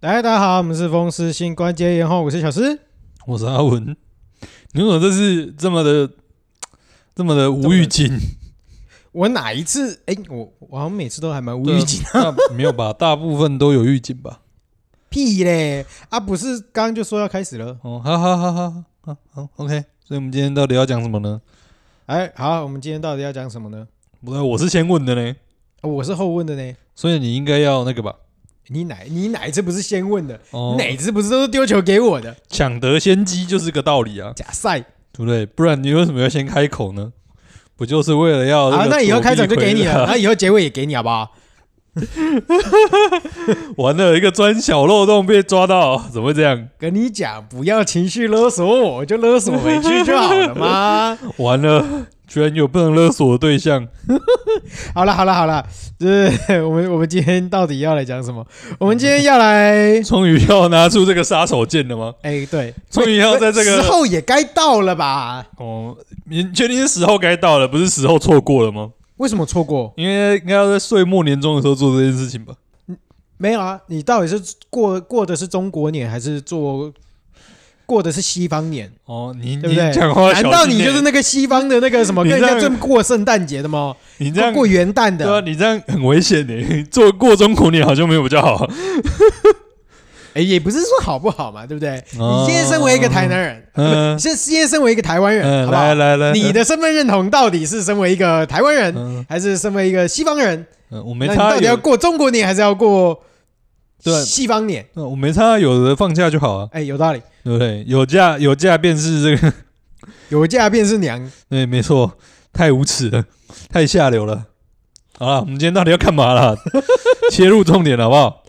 哎，大家好，我们是风湿性关节炎后，我是小诗。我是阿文，你为什么这是这么的、这么的无预警？我哪一次？哎，我我好像每次都还蛮无预警，对 啊，大没有吧？大部分都有预警吧？屁嘞！啊，不是刚刚就说要开始了。哦，好好好好好好，OK。所以我们今天到底要讲什么呢？哎，好，我们今天到底要讲什么呢？不对，我是先问的呢，哦我是后问的呢。所以你应该要那个吧？你哪你哪一次不是先问的？哦哪一次不是都是丢球给我的？抢得先机就是个道理啊，假赛对不对？不然你为什么要先开口呢？不就是为了要啊，个那以后躲避开场就给你回了，答那以后结尾也给你好不好？ 完了，一个钻小漏洞被抓到，怎么会这样？跟你讲，不要情绪勒索我，我就勒索回去就好了嘛。完了，居然有不能勒索的对象。 好了好了好了，就是 我们我们今天到底要来讲什么？我们今天要来，终于要拿出这个杀手锏了 吗？哎，对，终于要在这时个候也该到了吧？哦，你确定是时候该到了，不是时候错过了吗？为什么错过？应该应该要在岁末年终的时候做这件事情吧？没有啊，你到底是过过的是中国年，还是做过的是西方年？哦，你对不你对讲话小难心道你点就是那个西方的那个什么，你跟人家这样这么过圣诞节的吗？你这样过元旦对的？啊？你这样很危险的，做过中国年好像没有比 较好。哎，也不是说好不好嘛，对不对？哦你今天身为一个台南人，嗯你现在今天身为一个台湾人，嗯，好不好来来来，你的身份认同到底是身为一个台湾人，嗯还是身为一个西方人？嗯，我没那你差到底要有，过中国年，还是要过对啊西方年？嗯我没差有的放假就好啊，哎，有道理，对不对？有假有假便是这个，有价便是娘。对，没错，太无耻了，太下流了。好了，我们今天到底要干嘛啦？ 切入重点好不好？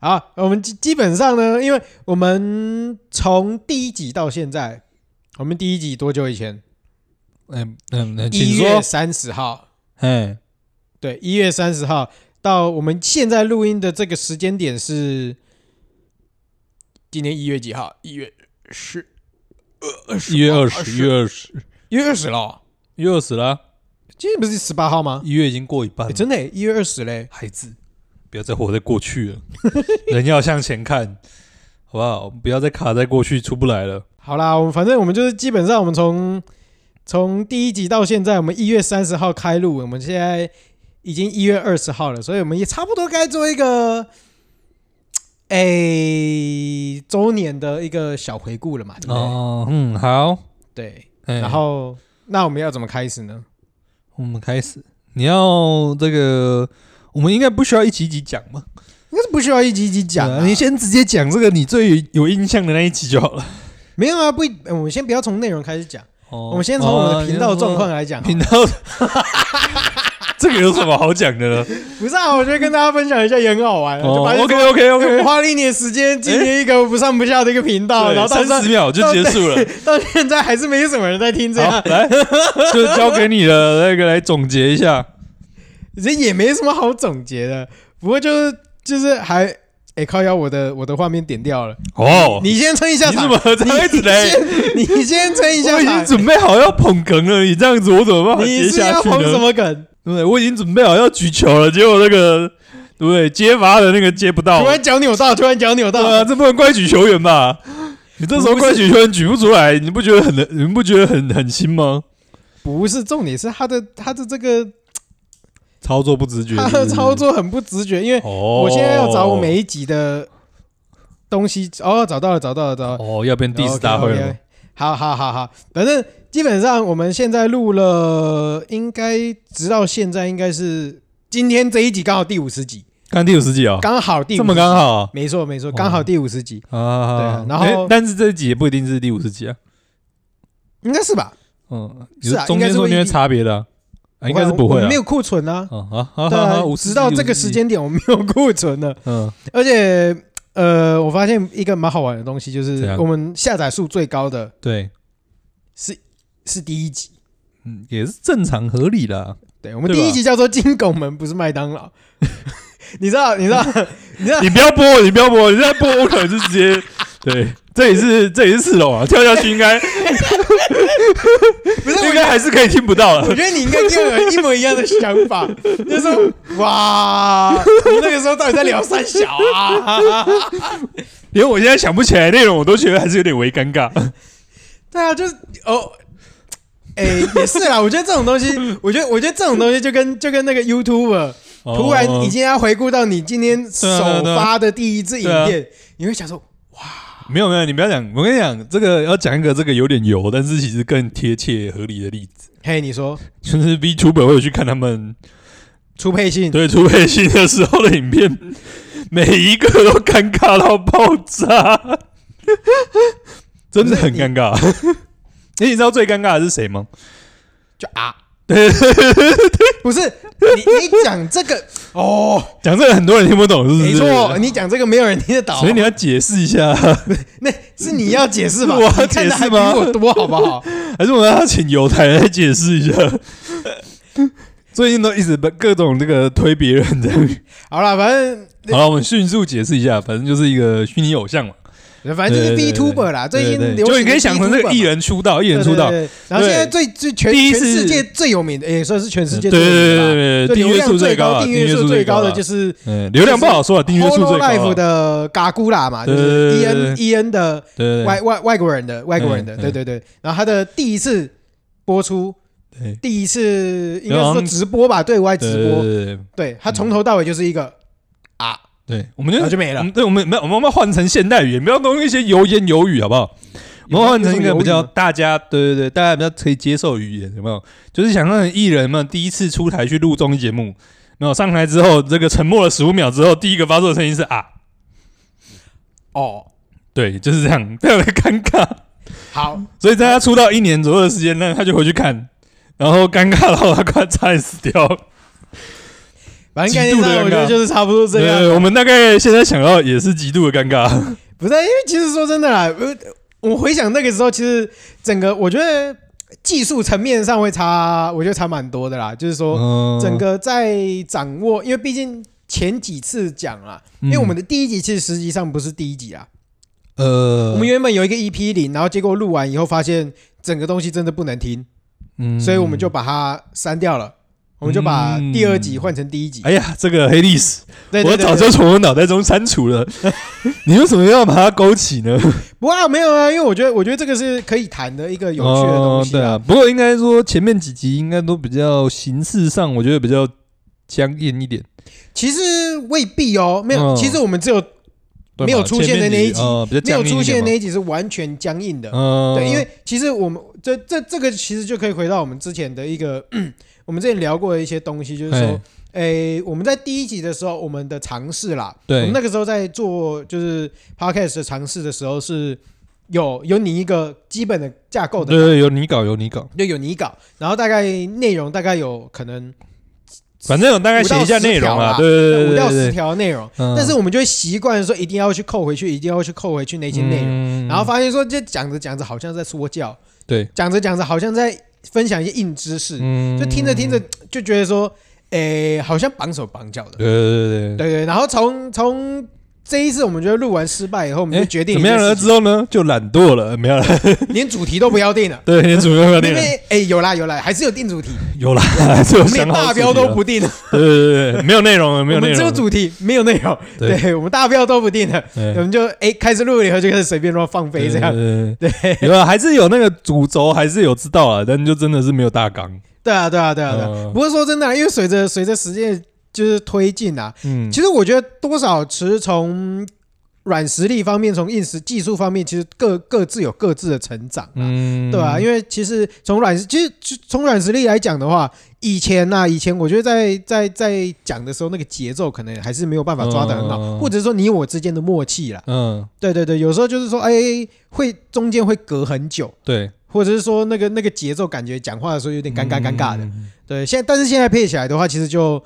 好，我们基基本上呢，因为我们从第一集到现在，我们第一集多久以前？嗯嗯，请一月说。三十号，哎，对，一月三十号到我们现在录音的这个时间点是今年一月几号？一月十，一月二十，啊20一月二十，一月二十了。一月二十啦，今天不是十八号吗？一月已经过一半哎了。真的耶，一月二十嘞。孩子，不要再活在过去了， 人要向前看，好不好？不要再卡在过去出不来了。好啦，我们反正我们就是基本上我们从从第一集到现在，我们一月三十号开录，我们现在已经一月二十号了，所以我们也差不多该做一个哎周年的一个小回顾了嘛，对不对？哦，嗯，好，对，哎然后那我们要怎么开始呢？我们开始。你要这个，我们应该不需要一集一集讲嘛？应该是不需要一集一集讲、对啊你先直接讲这个你最有印象的那一集就好了。没有啊，不一，呃我们先不要从内容开始讲，哦我们先从我们的频道状况哦来讲好了。频道， 这个有什么好讲的呢？哦不是啊，我觉得跟大家分享一下也很好玩啊，就把这 o k OK 我 OK，花了一年时间经营一个不上不下的一个频道，然后到哎三十秒就结束了。到现在还是没什么人在听这好样，，来，就交给你了，那个来总结一下。这也没什么好总结的。不过就是就是还哎、靠腰，我的我的画面点掉了，哦，你先撑一下你怎场，么这样子嘞？你先你先撑一我下已经场，准备好要捧哏了，你这样子我怎么办法你接是下要去捧什呢？么梗？对不对？我已经准备好要举球了，结果那个对不对？接罚的那个接不到突，然脚扭到，突然脚扭哦对啊，到，这不能怪举球 员吧？你这时候怪举球员举不出来，你不觉得很你不觉得很很新吗？不是重点是他的他的这个操作不 直觉，他是的不是操。作很不直觉，因为哦，我现在要找我每一集的东西，哦，找到了，找到了，找到了。哦，要变 diss 大会 OK，OK 了吗。好好好好，反正基本上我们现在录了，应该直到现在应该是今天这一集刚好第五十集，看第五十集啊，刚好第这么50刚好啊。没错没错，哦刚好第五十集，啊，对啊然诶后但是这一集也不一定是第五十集啊，应该是吧？嗯，是啊有中间说因为差别的啊，啊应该是不我会们啊没，有库存 啊。啊啊啊对啊啊啊，，直到这个时，间点我没有库存了， 50嗯，而且呃，我发现一个蛮好玩的东西，就怎是样我们下载数最高的对，是是第一集，嗯，也是正常合理的，啊对我们对吧第一集叫做金拱门，不是麦当劳， 你知道你知道你知道你不要播，你不要播，你再播我可能就直接对这里是这里是四楼啊，跳下去 应该不是应该还是可以听不到啊我了。觉得你应该跟我有一模一样的想法， 就是说哇，你那个时候到底在聊三小啊？连我现在想不起来内容，我都觉得还是有点微尴尬。 对啊，就是哦，哎、也是啦。我觉得这种东 西，我觉得我觉得这种东西就跟就跟那个 YouTuber 突然哦已经要回顾到你今天首对啊对啊对啊发的第一支影对啊片，你会想说哦没有没有，你不要讲，我跟你讲，这个要讲一个这个有点油，但是其实更贴切合理的例子，嘿，你说就是 B Tuber 会有去看他们出配信，对出配信的时候的影片， 每一个都尴尬到爆炸， 真的很尴尬。 你你知道最尴尬的是谁吗？就 啊，不是你你讲 这个哦，讲这个很多人听不懂，是不是？没错，哦你讲这个没有人听得懂所以，你要解释一下， 那是你要解释吧？是我要你看的还解释比吗我 多，好不好？还是我要请犹太人来解释一下？ 最近都一直被各种这个推别人 这样。好了，反正好了，我们迅速解释一下，反正就是一个虚拟偶像嘛。反正就是对对对 VTuber E 啦，最对近对流行就的你可以想成这 VTuber 个 E 嘛艺人出道，艺对人出道，对对对然后现在最最全第一全是世界最有名的，也算是全世界对对最有名对的啦对对就对，订流阅量数最最啊，订订阅阅数最最高的啊就。是嗯，流量不好说啊，订阅数 Hollow 最高 Life 啊。的嘎咕啦嘛，就对是对 E 对对 N E N 的对外外外国人的外国人的，嗯对对对。然后他的第一次播出，对对第一次应该然是后说直播吧，对外直播，对对对他从头到尾就是一个啊，对，我们然后就就没我了。嗯们对，我们没有，我们要不要换成现代语言，不要弄一些油言油语，好不好？我们换成一个比较大家，对对对，大家比较可以接受的语言，有没有？就是想让艺人们第一次出台去录综艺节目，然后上台之后，这个沉默了十五秒之后，第一个发出的声音是啊，哦，对，就是这样，特别尴尬。好，所以在他出道一年左右的时间呢，他就回去看，然后尴尬到他快差点死掉。反正概念极度的上我觉尴得尬就是差不多这样。对，我们大概现在想到也是极度的尴尬。不是，因为其实说真的啦，呃我回想那个时候，其实整个我觉得技术层面上会差，我觉得差蛮多的啦。就是说，嗯整个在掌握，因为毕竟前几次讲啦，嗯因为我们的第一集其实实际上不是第一集啦，呃我们原本有一个 EP 零，然后结果录完以后发现整个东西真的不能听，嗯所以我们就把它删掉了。我们就把第二集换成第一集。哎呀，这个黑历史，对我对对早对就从我脑袋中删除 了。你为什么要把它勾起呢？不啊，没有啊，因为我觉得我觉得这个是可以谈的一个有趣的东西哦对啊，不过应该说前面几集应该都比较形式上，我觉得比较僵硬一点。其实未必哦，没有。嗯其实我们只有对嘛没有出现的那一集前面几呃比较没僵有硬一点出现的嘛那一集是完全僵硬的。嗯，对，因为其实我们这这这个其实就可以回到我们之前的一个， 我们之前聊过的一些东西，就是说嘿，诶，我们在第一集的时候，我们的尝试啦，对我们那个时候在做就是 podcast 的尝试的时候是有有你一个基本的架构的对，对有你搞有你搞，就有你搞，然后大概内容大概有可能反正我大概写一下内容啊，对对对五对到对十对对，条内容，嗯但是我们就会习惯说一定要去扣回去，一定要去扣回去那些内容，容然后发现说这讲着讲着好像在说教，嗯对，讲着讲着好像在分享一些硬知识，嗯就听着听着就觉得说，诶，好像绑手绑脚的，对对对对对。对，然后从从这一次我们觉得录完失败以后，我们就哎决定怎么样一了件事之后呢，就懒惰了，没有了。。情连主题都不要定了对，你主要不要因定了，为哎、有啦有啦，还是有定主题，有啦， 还是有我们连想好大主标题都了不定了， 对对对对，没有内容了，没我有内们只容有了。主题没有内容，对对我们大标都不定了，对我们就哎、开始录了以后就开始随便乱放飞这样，对对对对有啊，还是有那个主轴，还是有知道啊，但就真的是没有大纲。对啊，对啊，对啊，对啊。嗯不过说真的啊、因为随着随着时间就是推进啊，嗯，其实我觉得多少其实从软实力方面，从硬实技术方面，其实各各自有各自的成长啊，嗯对啊，因为其实从软其实其实从软实力来讲的话，以前呐、以前我觉得在在在讲的时候，那个节奏可能还是没有办法抓得很好，嗯或者说你我之间的默契啦。嗯，对对对，有时候就是说，哎，会中间会隔很久。对，或者是说那个那个节奏感觉讲话的时候有点尴尬尴尬的，嗯，对，现在但是现在配起来的话，其实就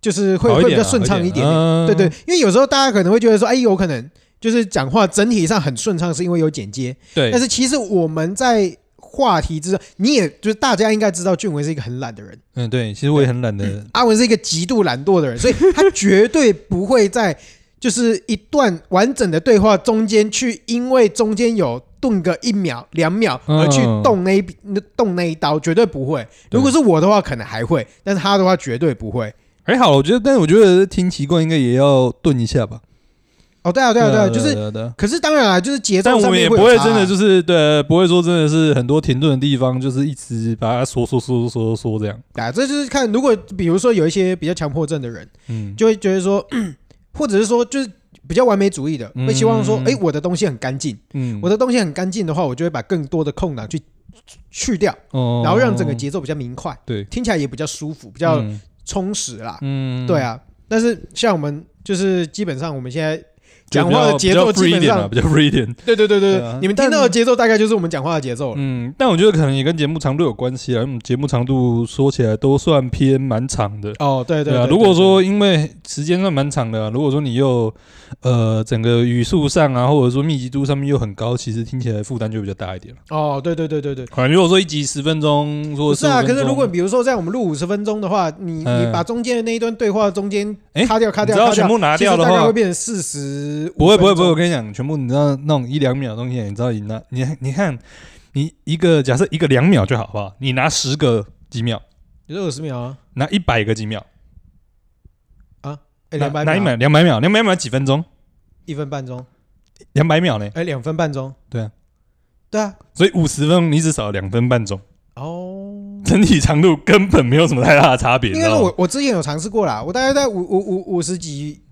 就是会好会一比点较啊顺畅一点点，嗯对对，因为有时候大家可能会觉得说，哎，有可能就是讲话整体上很顺畅，是因为有剪接，嗯对，但是其实我们在话题之上，你也就是大家应该知道，俊文是一个很懒的人，嗯对，其实我也很懒得，阿文是一个极度懒惰的人，所以他绝对不会在。就是一段完整的对话中间去，因为中间有顿个一秒两秒嗯而去动那一笔动那一刀，绝对不会。对如果是我的话，可能还会，但是他的话绝对不会。还哎好，我觉得，但是我觉得听习惯应该也要顿一下吧。哦，对啊，对啊，对啊，就对是，啊对啊可是当然啦，就是节奏但我上们面也不会有差啊真的就是对，不会说真的是很多停顿的地方，就是一直把它说说说说说这样。啊，这就是看，如果比如说有一些比较强迫症的人，嗯，就会觉得说，或者是说就是比较完美主义的，会希望说，嗯哎，我的东西很干净，嗯我的东西很干净的话，我就会把更多的空档去去掉，哦然后让整个节奏比较明快，对听起来也比较舒服，比较嗯充实啦。嗯对，啊，但是像我们就是基本上我们现在讲话就的比节较奏比基较 free 一本点啊，上，比较 free 一点。对对对对对啊对，你们听到的但节奏大概就是我们讲话的节奏了。嗯，但我觉得可能也跟节目长度有关系啊。因为我们节目长度说起来都算偏蛮长的。哦，对对对啊，，如果说因为时间算蛮长的、啊，如果说你又呃整个语速上啊，或者说密集度上面又很高，其实听起来负担就比较大一点了。哦，对对对对对，啊，如果说一集十分钟，说不是啊， 15可分是钟如果比如说在我们录五十分钟的话，你嗯你把中间的那一段对话中间哎卡掉卡你掉知道卡全掉，部拿其掉实的大概话会，变成四十，不会不会不会，我，跟你讲，全部你知道那种一两秒的东西，你知道你拿你你看你一个假设一个两秒就好，好不好？你拿十个几秒，也就二十秒啊，拿一百个几秒，哎，两百拿一百两百秒，两百秒几分钟？一分半钟，两百秒呢？哎，两分半钟，对啊，对啊，所以五十分钟你只少了两分半钟， 哦。整体长度根本没有什么太大的差别。 应你该知说道吗我我之前有尝试过啦，我大概在五五五五十几，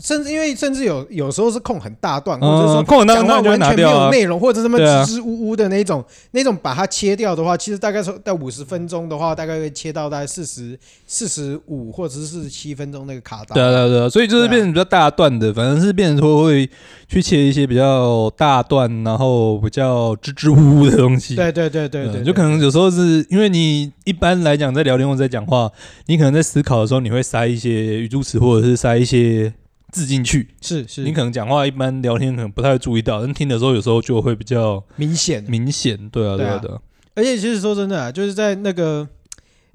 甚至因为甚至有有时候是空很大段，或者是嗯，说空档讲话当然就会完拿全没掉有啊。内容，或者什么对啊支支吾吾的那种，那种把它切掉的话，其实大概说在五十分钟的话，大概会切到大概四十四十五或者是四十七分钟那个卡档。对啊，对啊，对啊，所以就对是啊变成比较大段的，反正是变成说会去切一些比较大段，然后比较支支吾吾的东西。对对对对对嗯对，就可能有时候是因为你一般来讲在聊天或者在讲话，你可能在思考的时候，你会塞一些语助词或者是塞一些字进去。是是你可能讲话一般聊天可能不太会注意到，但听的时候有时候就会比较明显的，明显。对啊，对对啊，啊对啊。而且其实说真的啊，就是在那个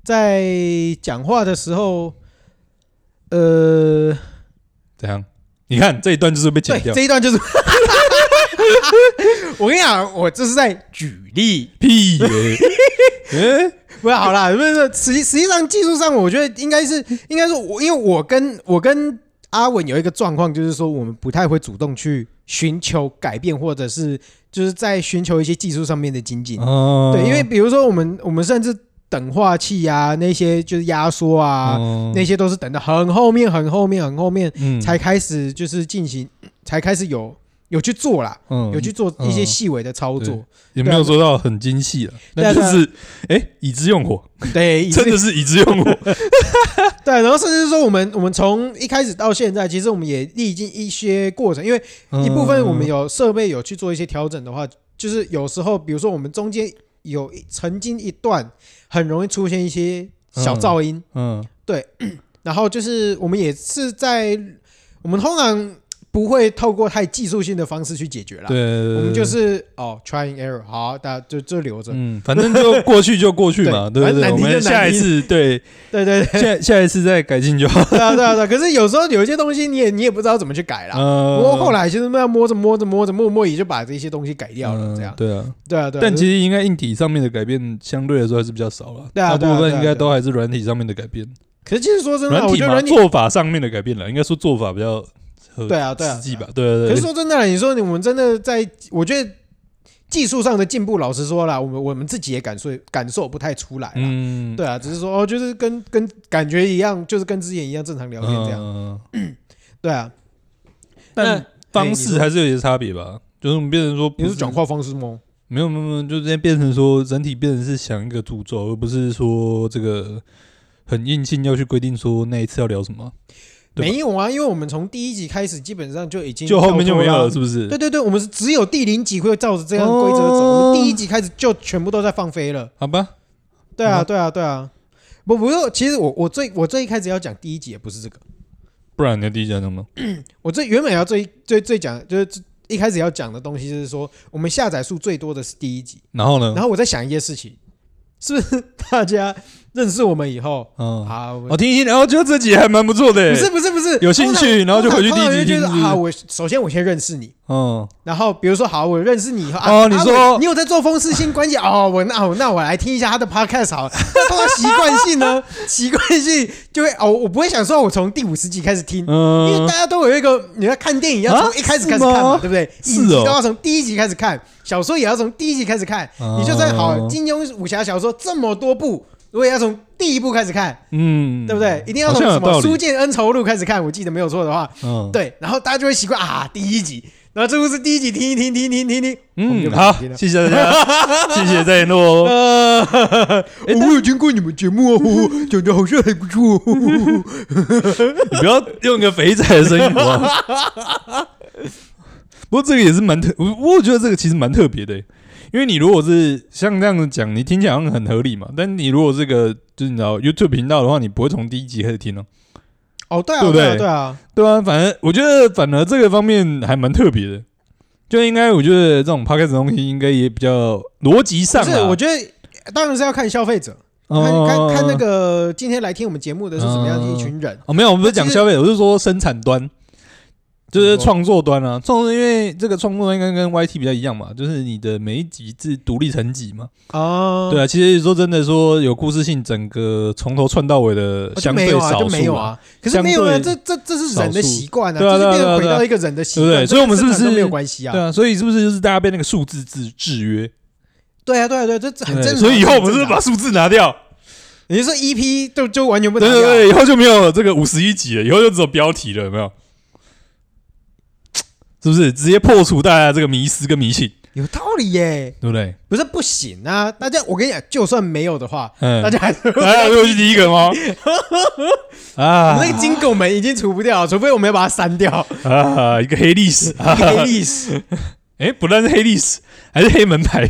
在讲话的时候，呃，怎样？你看这一段就是被剪对掉这，一段就是， 我跟你讲，我这是在举例，屁耶！诶不是好啦，不是实际实际上技术上，我觉得应该是应该是我，因为我跟我跟阿文有一个状况，就是说我们不太会主动去寻求改变，或者是就是在寻求一些技术上面的精进。哦对，因为比如说我们我们甚至等化器啊，那些就是压缩啊，哦那些都是等到很后面、很后面、很后面嗯才开始就是进行，才开始有有去做啦，嗯有去做一些嗯细微的操作。也没有做到很精细了，对啊但就是哎、诶已知用火， 对，以至嗯真的是已知用火。对，然后甚至是说我们我们从一开始到现在，其实我们也历经一些过程，因为 嗯一部分我们有设备有去做一些调整的话，就是有时候比如说我们中间有一曾经一段很容易出现一些小噪音，嗯然后就是我们也是在我们通常不会透过太技术性的方式去解决嗯，啦，对，我们就是哦 trying error，好，大家就就留着，嗯，反正就过去就过去 嘛，对对不反正对？难我听们就下难一听次对，对对对，下 下一次再改进就好。对啊对啊对啊，可是有时候有一些东西你也你也不知道怎么去改啦，呃啊不过后来其实慢慢摸着摸着摸着，默默也就把这些东西改掉了，嗯这样。对啊，对啊，对啊。但其实实应该硬体上面的改变相对来说还是比较少了，对啊大对啊部分对啊应对啊该都还是软体上面的改变，可是其实说真的啊，软我体觉得嘛软体，做法上面的改变了，应该说做法比较合对啊对啊实际吧，对对对。可是说真的啊，你说你我们真的在，我觉得技术上的进步，老实说啦，我们我们自己也感受感受不太出来啦。嗯，对啊，只是说哦，就是跟跟感觉一样，就是跟之前一样正常聊天这样。样。对啊，嗯但那方式还是有一些差别吧。就是我们变成说，你是讲话方式吗？没有没有没有，就直接变成说整体变成是想一个诅咒，而不是说这个很硬性要去规定说那一次要聊什么，对吧没有啊，因为我们从第一集开始，基本上就已经就后面就没有跳脱了，啦是不是？对对对，我们是只有第零集会照着这样的规则走，哦我们第一集开始就全部都在放飞了。好吧，对嗯啊，对啊，对啊。不，不用。其实我我最我最一开始要讲第一集也不是这个，不然你的第一讲什么？我最原本要最最最讲就是最一开始要讲的东西就是说，我们下载数最多的是第一集。然后呢然？后我在想一件事情，是不是大家认识我们以后，嗯，好，我我听一听，然后觉得这集还蛮不错的。不是，不是不是，有兴趣通常然后就回去通常第一集通常就是听是不是啊，我首先我先认识你，嗯，然后比如说好，我认识你以后，啊哦啊你说我你有在做风湿性关节哦，我那我那我来听一下他的 podcast 好了，通常习惯性 呢，习惯性就会哦，我不会想说我从第五十集开始听，因为嗯大，家都有一个，你要看电影要啊从一开始开始看是嘛吗，对不对？是影集哦都要从第一集开始看，小说也要从第一集开始看。你就算好哦金庸武侠小说这么多部，我也要从第一部开始看，嗯，对不对？一定要从好像什有道么《理书剑恩仇录》开始看，我记得没有错的话，嗯，对。然后大家就会习惯啊，第一集，然后这不是第一集听一听听一听听一听，我们就嗯，不想好听，了谢谢 大家，谢谢再联络哦。呃，哎我有听过你们节目哦，讲的好像还不错哦。你不要用一个肥仔的声音好不好？ 不过这个也是蛮特，我我觉得这个其实蛮特别的欸，因为你如果是像这样子讲，你听起来好像很合理嘛，但你如果这个就是你知道 YouTube 频道的话，你不会从第一集开始听哦、 哦，对啊，对不对啊，对对啊，对啊，反正我觉得反而这个方面还蛮特别的，就应该我觉得这种 podcast 的东西应该也比较逻辑上不啊，哦是，我觉得当然是要看消费者。看看看那个今天来听我们节目的是什么样的一群人，哦，没有，我们不是讲其实消费，我是说生产端，就是你说创作端啊。创作因为这个创作端应该跟 YT 比较一样嘛，就是你的每一集是独立成集嘛。哦，对啊，其实说真的，说有故事性，整个从头串到尾的啊，就相没对有啊，少就没数有啊，啊。可是没有啊，相对这这这是人的习惯啊，少数这对啊是对啊变回对啊到一个人的习对惯，所以我们是不是这跟生产都没有关系对啊？啊，所以是不是就是大家被那个数字制制约？对啊，对啊，对啊，这这很对正常。所以以后我们是很不是正常啊把数字拿掉，你是说 EP 就就完全不啊对能对对，以后就没有这个五十一集了，以后就只有标题了，有没有？是不是直接破除大家这个迷思跟迷信，有道理耶，对不对？不是不行啊。大家我跟你讲，就算没有的话，嗯大，家还是哎，又是第一个吗？ 我啊们那个金狗门已经除不掉，除非我们要把它删 掉，啊，一个黑 历史啊！黑历史。哎，不但是黑历史，还是黑门牌。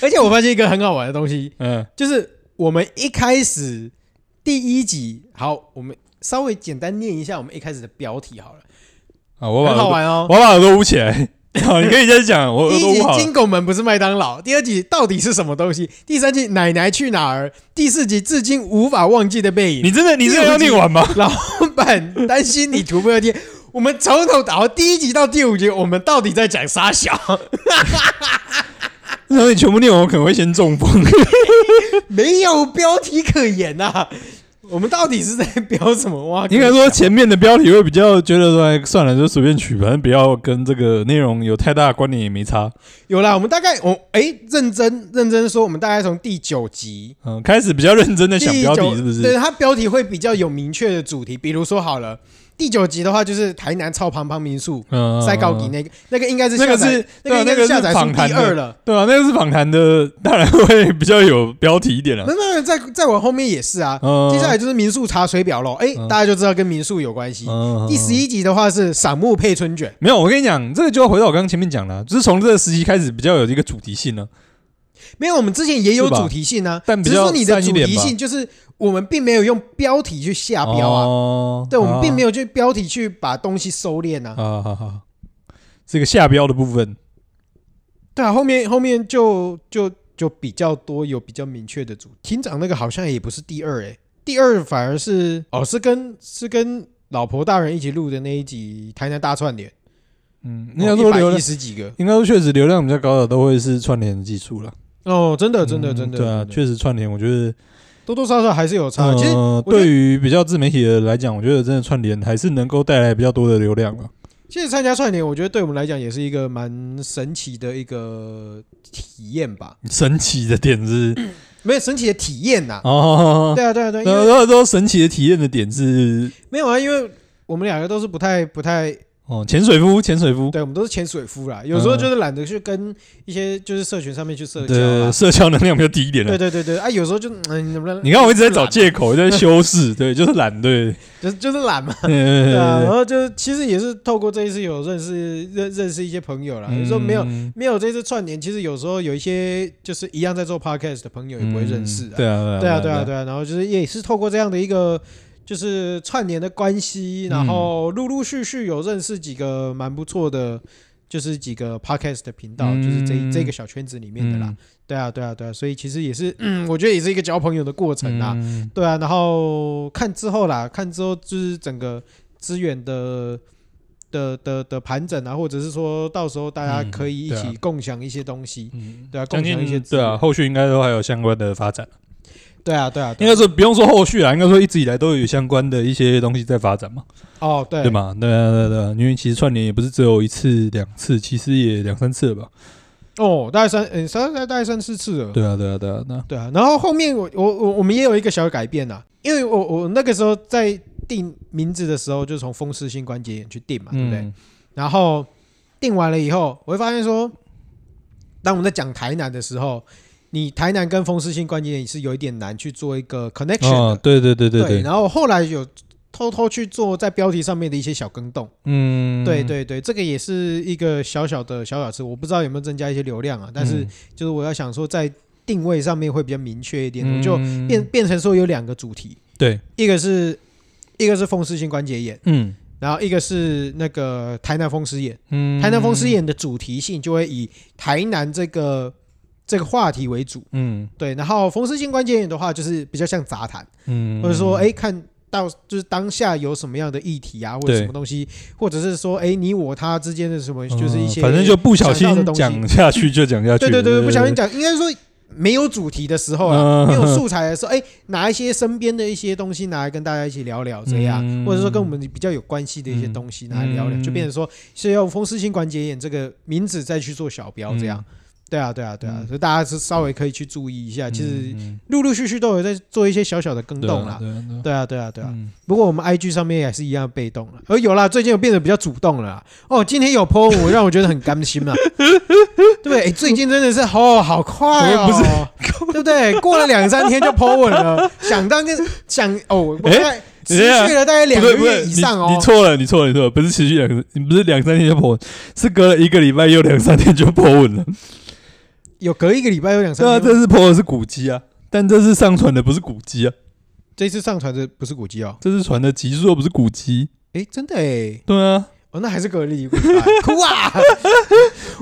而且我发现一个很好玩的东西，嗯就是我们一开始第一集，好，我们稍微简单念一下我们一开始的标题好了，啊，我把很好耳玩哦朵，。我把耳朵捂起来。 好，你可以先讲，我第一耳朵集捂好了。金狗门不是麦当劳，第二集到底是什么东西？第三集奶奶去哪儿？第四集至今无法忘记的背你影。真的，你真的要念 完吗？老板担心你涂不了贴，我们从头到第一集到第五集，我们到底在讲啥 小？然后你全部念完，我可能会先中风。没有标题可言呐、啊！我们到底是在标什么 哇？应该说前面的标题会比较觉得说，哎算了，就随便取，反正不要跟这个内容有太大的关联，也没差。有啦，我们大概我哎、认真认真说，我们大概从第九集嗯，开始比较认真的想第标九题，是不对，是？它标题会比较有明确的主题，比如说好了，第九集的话就是台南超胖胖民宿嗯，塞高迪那个，那个应该是那个下载是那个应该对啊那个是下载访数谈第的二了。对啊，那个是访谈的，当然会比较有标题一点了没。有没有，再再往后面也是啊。嗯接下来就是民宿查水表喽，哎，大家就知道跟民宿有关系。嗯第十一集的话是赏木配春卷，没有，我跟你讲，这个就要回到我刚刚前面讲了，就是从这个时期开始比较有一个主题性了。没有，我们之前也有是吧主题性啊，但比只是较说你的散一主点题吧性就是我们并没有用标题去下标啊。哦对，我们并没有有去标题去把东西收敛啊。啊，好好，这个下标的部分，对啊，后面后面就就就比较多有比较明确的主。厅长那个好像也不是第二诶、第二反而是哦是跟是跟老婆大人一起录的那一集台南大串联，嗯，应该说流哦一量，十几个应该说确实流量比较高的都会是串联的技术了。哦，真的真的嗯真的，对啊，真的确实串联，我觉得多多少少还是有差。呃其实我觉得对于比较自媒体的来讲，我觉得真的串联还是能够带来比较多的流量啊了。其实参加串联，我觉得对我们来讲也是一个蛮神奇的一个体验吧，神奇的点 是没有神奇的体验呐、哦， 对啊对啊对啊，因为然后说神奇的体验的点是没有啊，因为我们两个都是不太不太哦，潜水夫，潜水夫，对，我们都是潜水夫嗯啦，有时候就是懒得去跟一些就是社群上面去社交对，啦。社交能量比较低一点对啊了。对对对啊，有时候就嗯，能不能你看，我一直在找借口，我在修饰， 对，就是懒，对，就是就是懒嘛， 对啊，然对后就其实也是透过这一次有认识认认识一些朋友啦，嗯有时候没有没有这次串联，其实有时候有一些就是一样在做 podcast 的朋友也不会认识啊，对啊，对啊对啊对啊，然后就是也是透过这样的一个就是嗯串联的关系，然后陆陆续续有认识几个蛮不错的。就是几个 podcast 的频道，嗯就是这一这个小圈子里面的啦。对啊，对啊，对啊，所以其实也是，嗯，我觉得也是一个交朋友的过程啦。嗯对啊，然后看之后啦，看之后就是整个资源的的的的盘整啊，或者是说到时候大家嗯可以一对啊起共享一些东西，嗯，对啊，共将享一些近资对啊，源，后续应该都还有相关的发展。对啊，对啊，对应啊该是不用说后续啊，应该说一直以来都有相关的一些东西在发展嘛，哦，对对，吗？对啊对啊对啊，因为其实串联也不是只有一次两次，其实也两三次了吧？哦，大概三，嗯，三大概三四次了，对啊对啊对啊，那对啊，然后后面我我我我们也有一个小改变啊，因为我我那个时候在定名字的时候，就从风湿性关节炎去定嘛，啊对不对？嗯然后定完了以后，我会发现说，当我们在讲台南的时候，你台南跟风湿性关节炎是有一点难去做一个 connection 的，哦，对对对对对，然后后来有偷偷去做在标题上面的一些小更动，嗯，对对对，这个也是一个小小的小小事，我不知道有没有增加一些流量啊，但是嗯就是我要想说在定位上面会比较明确一点，我就嗯变变成说有两个主题，对，一个是一个是风湿性关节炎，嗯然后一个是那个台南风湿炎。嗯，台南风湿，眼的主题性就会以台南这个这个话题为主，嗯对。然后风湿性关节炎的话，就是比较像杂谈，嗯，或者说哎、看到就是当下有什么样的议题啊，或者对什么东西，或者是说哎、你我他之间的什么，嗯就是一些反正就不小心想到的东西讲下去就讲下去，对对对，不小心讲，应该说没有主题的时候啊，嗯 没有素材的时候，哎，拿一些身边的一些东西拿来跟大家一起聊聊，这样，嗯或者说跟我们比较有关系的一些东西拿来聊聊，嗯就变成说是用风湿性关节炎这个名字再去做小标，这样。对啊，对啊，对啊，嗯所以大家是稍微可以去注意一下，嗯，其实嗯陆陆续续都有在做一些小小的更对啊动啦。对啊对啊对啊，对啊，对啊。嗯不过我们 IG 上面也是一样被动了，啊而有啦，最近有变得比较主动了啦。哦，今天有 po 文，让我觉得很甘心啊。 对，诶最近真的是哦，好快哦，不是，对不对？过了两三天就 po 文了，想当跟想哦，我大概持续了大概两不个对不月对，以你上你哦。错了，你错了，你错了，不是持续两个，你不是两三天就破文，是隔了一个礼拜又两三天就破文了。有隔一个礼拜有两对啊，三这天，次破的是古籍啊，但这次上传的不是古籍啊，这次上传的不是古籍哦，这次传的集数又不是古籍。诶，真的诶，对啊，哦，那还是隔了一个礼 拜，哭啊！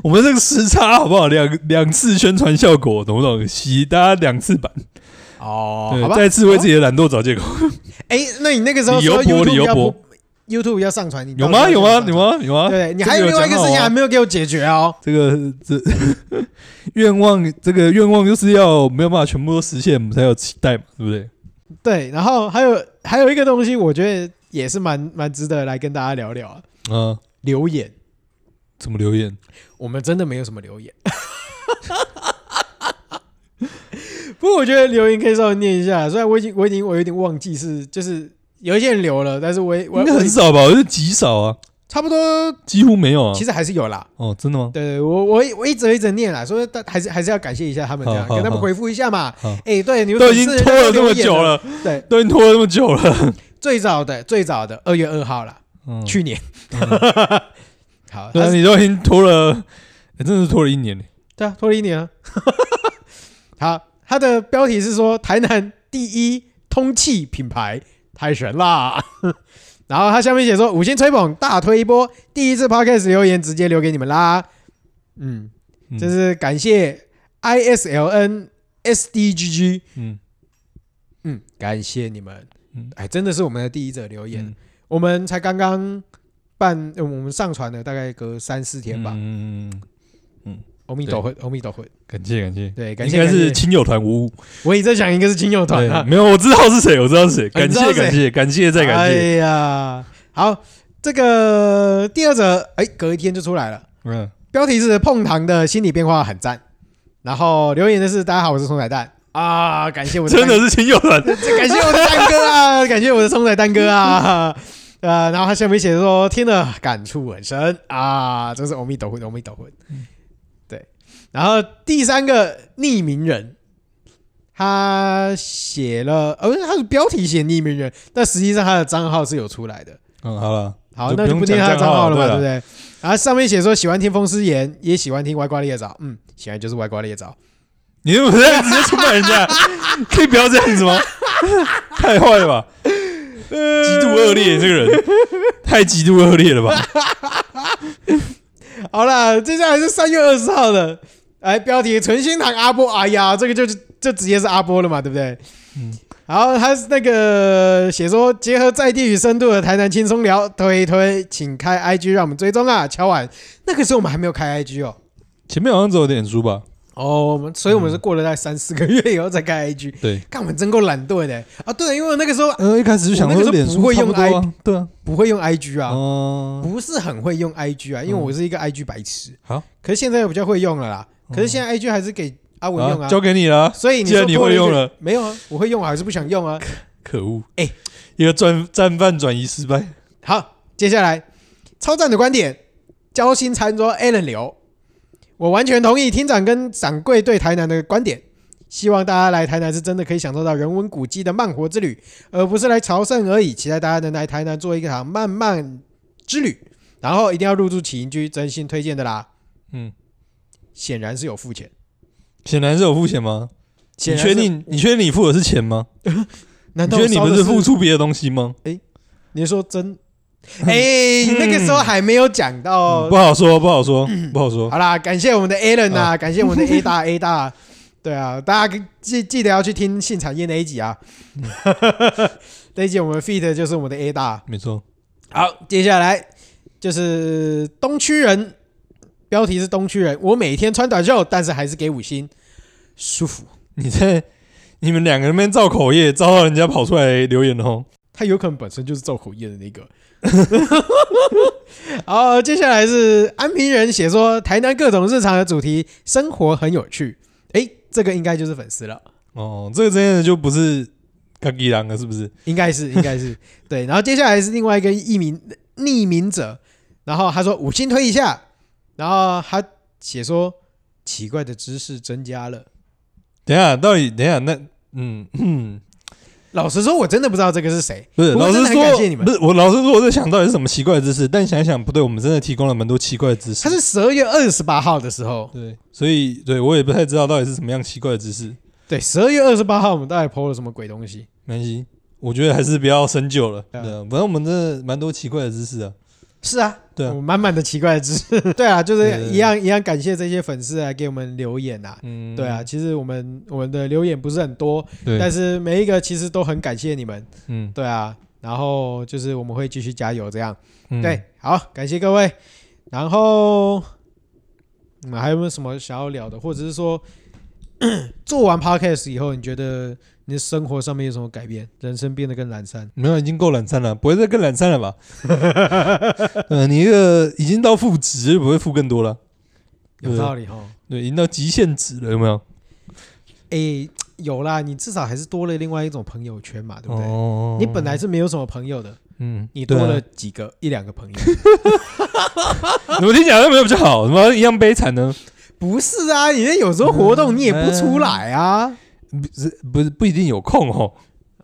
我们这个时差好不好？两两次宣传效果，懂不懂？洗大家两次版，哦，好对，吧，哦再次为自己的懒惰找借口。诶，那你那个时候理由说驳 YouTube 理由要驳 YouTube 要上传，你有到吗？底要有怎么吗？上传有吗？有吗？对你啊这还有个另外一个讲事好情还啊没有给我解决哦。这个这 愿望，这个愿望就是要没有办法全部都实现，我们才有期待嘛，对不对？对，然后还有还有一个东西，我觉得也是蛮蛮值得来跟大家聊聊啊。啊，留言，怎么留言？我们真的没有什么留言。 不过我觉得留言可以稍微念一下，虽然我已经我已经我有点忘记是就是有一些人留了，但是我也我应该我很少吧？我觉得极少啊，差不多，几乎没有啊其。实还是有啦。哦，真的吗？对，我我我一直一直念啦，所以但还是还是要感谢一下他们，这样好好跟他们好回复一下嘛好。哎，对，你们都已经粉丝拖了这么留言久了，了，对，都已经拖了这么久了。最早的最早的二月二号啦，嗯，去年。 好，对他啊，是你都已经拖了，哎真的是拖了一年嘞。对啊，拖了一年啊。 好，它的标题是说台南第一通气品牌，太神啦！ 然后它下面写说五星吹捧，大推一波，第一次 podcast 留言直接留给你们啦。嗯，嗯这是感谢 ISLN SDGG，嗯嗯，感谢你们嗯，哎，真的是我们的第一则留言，嗯我们才刚刚办，呃我们上传了大概隔三四天吧。嗯，嗯嗯阿弥陀佛，阿弥陀佛，感谢感谢，对，感应谢该感谢是亲友团无误。我也在想，应该是亲友团对，啊。没有，我知道是谁，我知道是谁。啊感你知道谢是谁感谢感谢再感哎谢。呀，好，这个第二则，哎，隔一天就出来了，嗯，标题是“碰糖的心理变化很赞”，然后留言的是“大家好，我是松仔蛋”啊，感谢我 真的是是亲友 团。感谢我的蛋哥啊，感谢我的松仔蛋哥啊。 呃，然后他下面写说：“天呐，感触很深啊，真是阿弥陀佛，阿弥陀佛。”对，然后第三个匿名人，他写了，呃、他的标题写匿名人，但实际上他的账号是有出来的。嗯，好了，好，就那就不不用念他讲的账号了嘛，对账号不对？了然后上面写说喜欢听风师言，也喜欢听歪瓜裂枣，嗯，喜欢就是歪瓜裂枣。你怎么这样直接出卖人 家？可以不要这样子 吗？太坏了吧！呃 极度恶劣，这个人太极度恶劣了吧？好啦，接下来是三月二十号的，哎，标题存心堂阿波，哎呀，这个就是就直接是阿波了嘛，对不对？嗯。然后他是那个写说，结合在地与深度的台南轻松聊，推一推，请开 IG 让我们追踪啊，乔晚。那个时候我们还没有开 IG 哦，前面好像只有点书吧？哦，我们所以我们是过了大概三四个月以后才开 IG，对，干我们真够懒惰的啊！对，因为我那个时候呃，一开始就想说脸书我那个时候不会差用不多啊，对啊，不会用 IG 啊，哦，嗯不是很会用 IG 啊，因为我是一个 IG 白痴。好，可是现在比较会用了啦。嗯可是现在 IG 还是给阿文用好啊，交给你了，所以你既然说你多会一个用了，没有啊？我会用，我还是不想用啊。可恶！哎，一个战战犯转移失败，好，接下来超赞的观点，交心餐桌 Alan 刘，我完全同意厅长跟掌柜对台南的观点。希望大家来台南是真的可以享受到人文古迹的慢活之旅，而不是来朝圣而已。期待大家能来台南做一场漫漫之旅，然后一定要入住起营居，真心推荐的啦。嗯，显然是有付钱，显然是有付钱吗？显你然确是？定？你确定你付的是钱吗？难你道觉得你烧不的是付？出别的东西吗？你说真？ 哎、那个时候还没有讲到嗯不好说，不好说，不好说。好啦，感谢我们的 Alan 啊，感谢我们的 A 大 A 大，对啊，大家记记得要去听性产业那一集 啊。那一集我们 feed 就是我们的 A 大。没错，好，接下来就是东区人，标题是东区人。我每天穿短袖，但是还是给五星，舒服。你在你们两个人那边造口业，造到人家跑出来留言哦。他有可能本身就是造口业的那个。 好，接下来是安平人写说，台南各种日常的主题，生活很有趣。诶，这个应该就是粉丝了。哦，这个真的就不是嘎吉狼了，是不是？应该是，应该是对。然后接下来是另外一个匿名匿名者，然后他说五星推一下，然后他写说奇怪的知识增加了。等一下，到底等一下那嗯嗯，老实说，我真的不知道这个是谁。不是，不过老真的很实感说谢你，们不是我老实说，我在想到底是什么奇怪的知识，但想一想不对，我们真的提供了蛮多奇怪的知识。他是十二月二十八号的时候，对，所以对我也不太知道到底是什么样奇怪的知识。对，十二月二十八号我们到底 PO 了什么鬼东西？没关系，我觉得还是不要深究了。对对啊啊，反正我们真的蛮多奇怪的知识啊。是啊，对啊我满满的奇怪的知 识。对啊，就对是对对一样一样，感谢这些粉丝来给我们留言啊。嗯，对啊，，其实我们我们的留言不是很多，对，但是每一个其实都很感谢你们。嗯，对啊，然后就是我们会继续加油，这样、嗯对，，好，感谢各位。然后你们还有没有什么想要聊的，或者是说 做完 podcast 以后，你觉得你的生活上面有什么改变？人生变得更懒散？没有，已经够懒散了，不会再更懒散了 吧？嗯，你一个已经到负值，不会负更多了。呃有道理哈。对，已经到极限值了，有没有？诶，有啦，你至少还是多了另外一种朋友圈嘛，对不对？哦你本来是没有什么朋友的，嗯，你多对啊了，几个、一两个朋友， 怎么听起来都没有比较好？怎么一样悲惨呢？不是啊？你那有时候活动你也不出来啊，不是，不是不一定有空哦，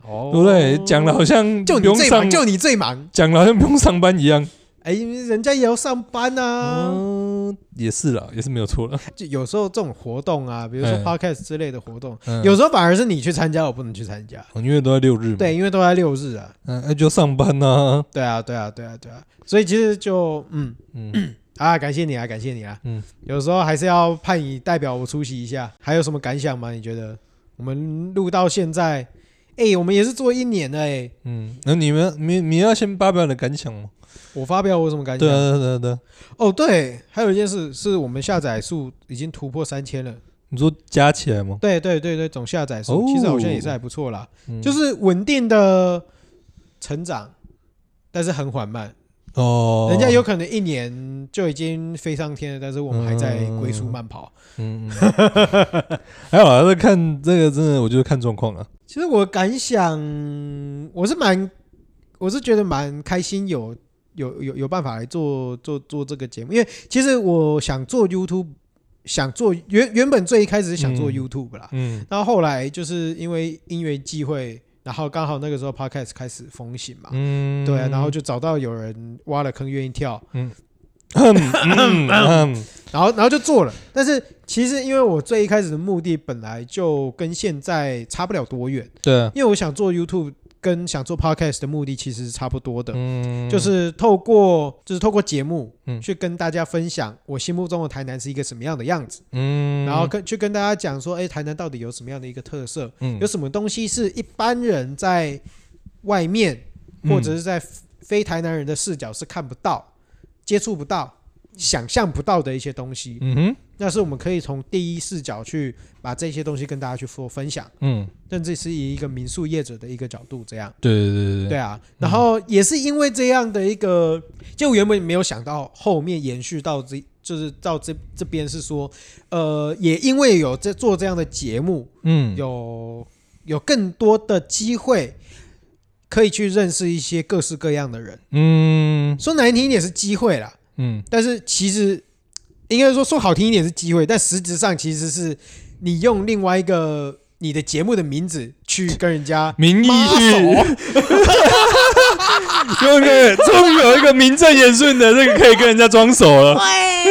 哦对不对？讲的好像就不你用最上忙，，就你最忙。讲的好像不用上班一样。哎，人家也要上班啊。嗯，也是啦，也是没有错了。就有时候这种活动啊，比如说嗯 podcast 之类的活动，嗯有时候反而是你去参加，我不能去参加。哦因为都在六日嘛，对，因为都在六日啊。嗯，那就上班呐。对啊，对啊，对啊，对啊。所以其实就嗯嗯， 啊，感谢你啊，感谢你啊。嗯，有时候还是要派你代表我出席一下。还有什么感想吗？你觉得我们录到现在，哎，我们也是做一年了哎，嗯，那你们你你要先发表你的感想吗？我发表我有什么感对想？啊，对啊，对啊。哦，对，还有一件事是我们下载数已经突破三千了。你说加起来吗？对对对对，总下载数、哦其实好像也是还不错啦，嗯就是稳定的成长，但是很缓慢。哦，人家有可能一年就已经飞上天了，但是我们还在龟速慢跑。 嗯，嗯嗯还好啊，这看这个真的，我觉得看状况了。其实我感想，我是蛮，我是觉得蛮开心有。有有有办法来做做做这个节目，因为其实我想做 YouTube，想做原原本最一开始是想做嗯 YouTube 啦，嗯然后后来就是因为因缘际会，然后刚好那个时候 Podcast 开始风行嘛，嗯，对啊、然后就找到有人挖了坑愿意跳，嗯嗯嗯然后然后就做了。但是其实因为我最一开始的目的本来就跟现在差不了多远，对啊，因为我想做 YouTube 跟想做 podcast 的目的其实是差不多的，嗯就是透过就是透过节目嗯去跟大家分享我心目中的台南是一个什么样的样子，嗯然后跟去跟大家讲说，哎，台南到底有什么样的一个特色，嗯有什么东西是一般人在外面嗯或者是在非台南人的视角是看不到、接触不到、想象不到的一些东西，嗯哼那是我们可以从第一视角去把这些东西跟大家去做分享，嗯，甚至是以一个民宿业者的一个角度这样。对对对对嗯对啊，然后也是因为这样的一个，就原本没有想到后面延续到这，就是到这这边是说，呃，也因为有这做这样的节目，嗯有有更多的机会可以去认识一些各式各样的人。嗯说难听一点是机会啦，嗯但是其实应该说说好听一点是机会，但实质上其实是你用另外一个你的节目的名字去跟人家名义去妈，啊用那个 终于有一个名正言顺的这个可以跟人家装手 了，哎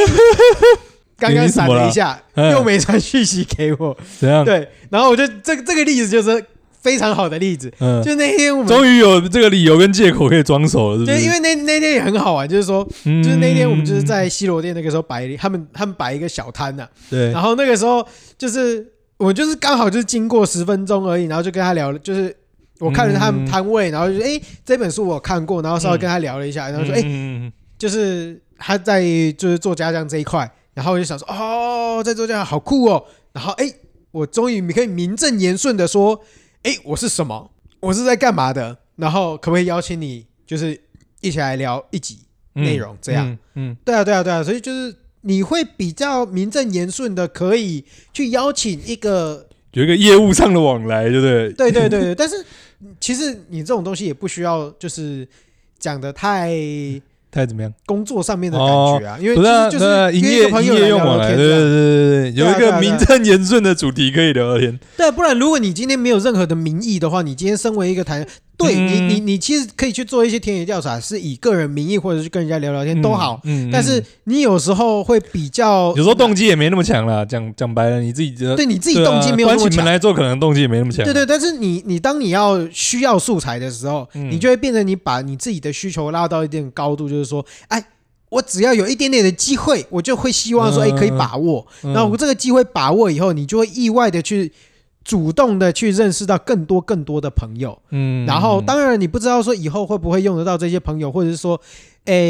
刚刚闪了一下，你怎么了哎嗯又没传讯息给我。怎样？对，然后我就这个这个例子就是非常好的例子，嗯，就那天我们。终于有这个理由跟借口可以装手了，是不对，是？因为那那天也很好玩，就是说，嗯就是那天我们就是在西罗店那个时候摆，他们他们摆一个小摊啊呐、对然后那个时候就是我就是刚好就是经过十分钟而已，然后就跟他聊了，就是我看了他们嗯摊位，然后就哎、诶这本书我有看过，然后稍微跟他聊了一下，然后说哎、诶嗯就是他在就是做家酱这一块，然后我就想说哦在做家酱好酷哦，然后哎、诶我终于可以名正言顺的说哎、诶我是什么，我是在干嘛的，然后可不可以邀请你就是一起来聊一集内容这样。，嗯对啊，对啊，对啊，所以就是你会比较名正言顺的可以去邀请一个，有一个业务上的往来，对不对？对对 对对，但是其实你这种东西也不需要就是讲的太太怎么样？工作上面的感觉啊，因为不就是啊是就对啊是营约一业个朋营友业用聊往聊来，天对这样对对对啊对，有一对啊个对啊名正言顺的主题可以聊聊天。对，不然如果你今天没有任何的名义的话，你今天身为一个台，对你嗯你你其实可以去做一些田野调查，是以个人名义或者是跟人家聊聊天都好，嗯，嗯但是嗯你有时候会比较有时候动机也没那么强啦。讲讲白了，你自己觉得对你自自己动机没有那关么起强门。来做，可能动机也没那么强。对对，但是你你当你要需要素材的时候，嗯你就会变成你把你自己的需求拉到一定高度，就是说，哎，我只要有一点点的机会，我就会希望说，哎，嗯可以把握。嗯，那、我这个机会把握以后，你就会意外的去主动的去认识到更多更多的朋友。嗯然后，当然你不知道说以后会不会用得到这些朋友，或者是说，哎，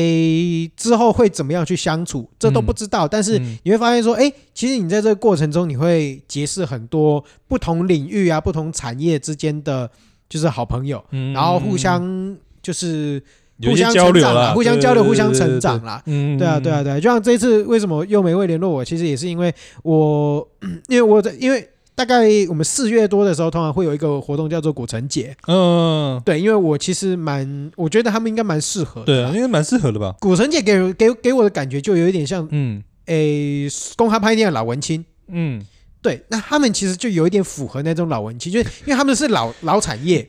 之后会怎么样去相处，这都不知道。但是嗯你会发现说，哎、其实你在这个过程中，你会结识很多不同领域啊、不同产业之间的就是好朋友，嗯然后互相就是有互一些相交成流长啦，啦，互相交流、对互相成长。啦。对对对对对嗯，对啊，对啊，对啊，就像这一次为什么又没会联络我，其实也是因为我， 因为我在，因为大概我们四月多的时候，通常会有一个活动叫做古城节，嗯，对，因为我其实蛮，我觉得他们应该蛮适合的。对啊，应该蛮适合的吧？古城节给人给给我的感觉就有一点像，嗯诶、公哈拍店的老文青，嗯，对，那他们其实就有一点符合那种老文青，就是因为他们是老老产 业。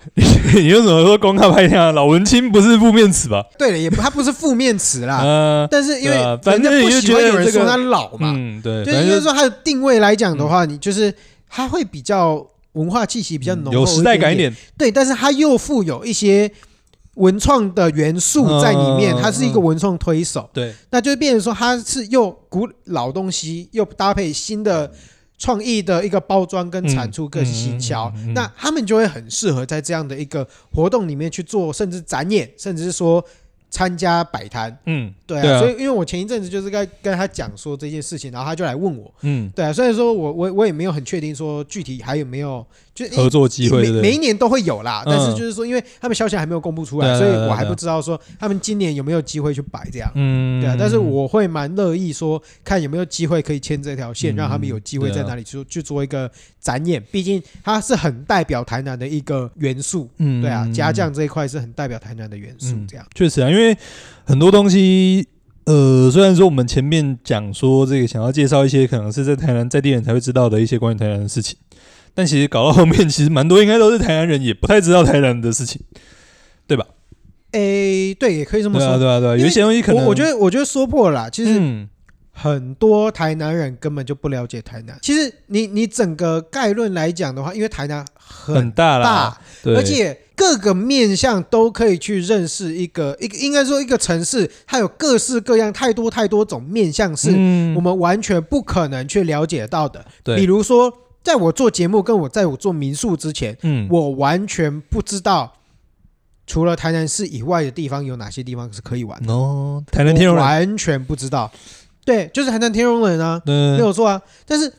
你为什么说光靠拍啊？老文青不是负面词吧？对了，也不它不是负面词啦，啊，但是因为对啊反人家正不你就喜觉欢得有人这个说他老嘛，嗯，对，就反应正嗯该说它的定位来讲的话，你就是它会比较文化气息比较浓厚，嗯有时代感一一点，点，对，但是它又富有一些文创的元素在里面，嗯它是一个文创推手，对，那就变成说它是又古老东西，又搭配新的创意的一个包装跟产出跟行销，嗯嗯嗯嗯嗯那他们就会很适合在这样的一个活动里面去做，甚至展演，甚至是说参加摆摊。嗯对啊，对啊所以因为我前一阵子就是在跟他讲说这件事情，然后他就来问我，嗯，对啊，虽然说我我我也没有很确定说具体还有没有，就是合作机会，每对不每对一？年都会有啦，嗯但是就是说，因为他们消息还没有公布出来，对啊所对啊以对啊我还对啊不知道说他们今年有没有机会去摆这样。嗯，对啊，但是我会蛮乐意说，看有没有机会可以牵这条线，嗯让他们有机会对啊在哪里去去做一个展演。毕竟它是很代表台南的一个元素，嗯，对啊，家酱。将这一块是很代表台南的元素，这样。确实啊，因为很多东西，呃，虽然说我们前面讲说这个想要介绍一些可能是在台南在地人才会知道的一些关于台南的事情，但其实搞到后面， 其实蛮多应该都是台南人也不太知道台南的事情，对吧？诶，对，也可以这么对啊，说。对啊，对啊，因为有一些东西可能我我觉得我觉得说破了啦，其实嗯很多台南人根本就不了解台南。其实你你整个概论来讲的话，因为台南很很大啦，大，对，而且各个面向都可以去认识一个一个，应该说一个城市，它有各式各样太多太多种面向是嗯我们完全不可能去了解到的。对比如说，在我做节目跟我在我做民宿之前，嗯，我完全不知道除了台南市以外的地方有哪些地方是可以玩的。哦，台南天龙我人，完全不知道。对，就是台南天龙人啊，没嗯，有错啊。但是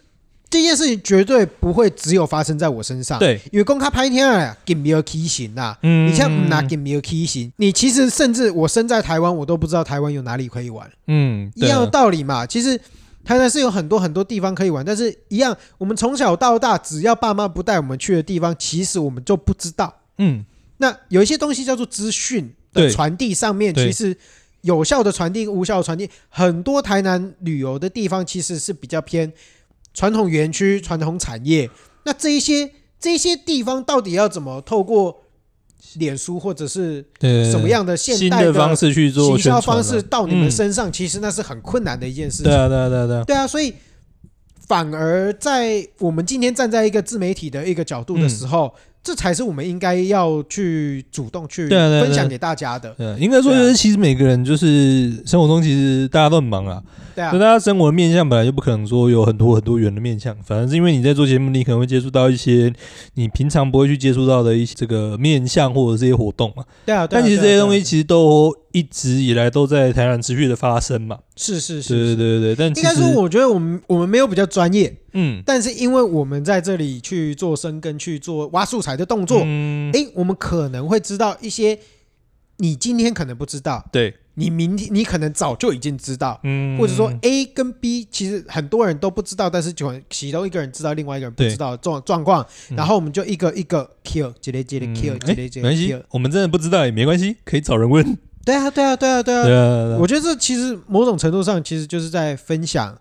这件事情绝对不会只有发生在我身上。，对，因为公开拍天啊，给没有啊畸形呐。嗯，你像拿给没有畸形，你其实甚至我身在台湾，我都不知道台湾有哪里可以玩。嗯，一对样的道理嘛。其实台南是有很多很多地方可以玩，但是一样，我们从小到大，只要爸妈不带我们去的地方，其实我们就不知道。嗯，那有一些东西叫做资讯的对传递上面，对其实有效的传递、无效的传递，很多台南旅游的地方其实是比较偏传统园区、传统产业。那这一些这一些地方到底要怎么透过脸书或者是对，什么样的现新代的方式去做行宣销方传啊式到你们嗯身上，其实那是很困难的一件事对情。啊，对啊，对啊， 对啊，对啊，所以反而在我们今天站在一个自媒体的一个角度的时候，这才是我们应该要去主动去嗯对啊对啊分享给大家的。对啊，应该说就是其实每个人就是生活中其实大家都很忙啊，对啊那，大家生活的面向本来就不可能说有很多很多元的面向，反而是因为你在做节目，你可能会接触到一些你平常不会去接触到的一些这个面向或者这些活动嘛。对啊，对啊但其实这对啊些对啊东西其实都一直以来都在台南持续的发生嘛。是是对对是。对对，对但其应实该说，我觉得我们我们没有比较专业，嗯但是因为我们在这里去做生根、去做挖素材的动作，嗯诶，我们可能会知道一些你今天可能不知道，对你明天你可能早就已经知道，嗯，或者说 A 跟 B 其实很多人都不知道，但是就其中一个人知道，另外一个人不知道的状状况，嗯然后我们就一个一个 kill，接连接连嗯 kill，哎接连接没连关 kill 系。，我们真的不知道也没关系，可以找人问。对啊，对啊，对啊，对对啊。啊，我觉得这其实某种程度上其实就是在分享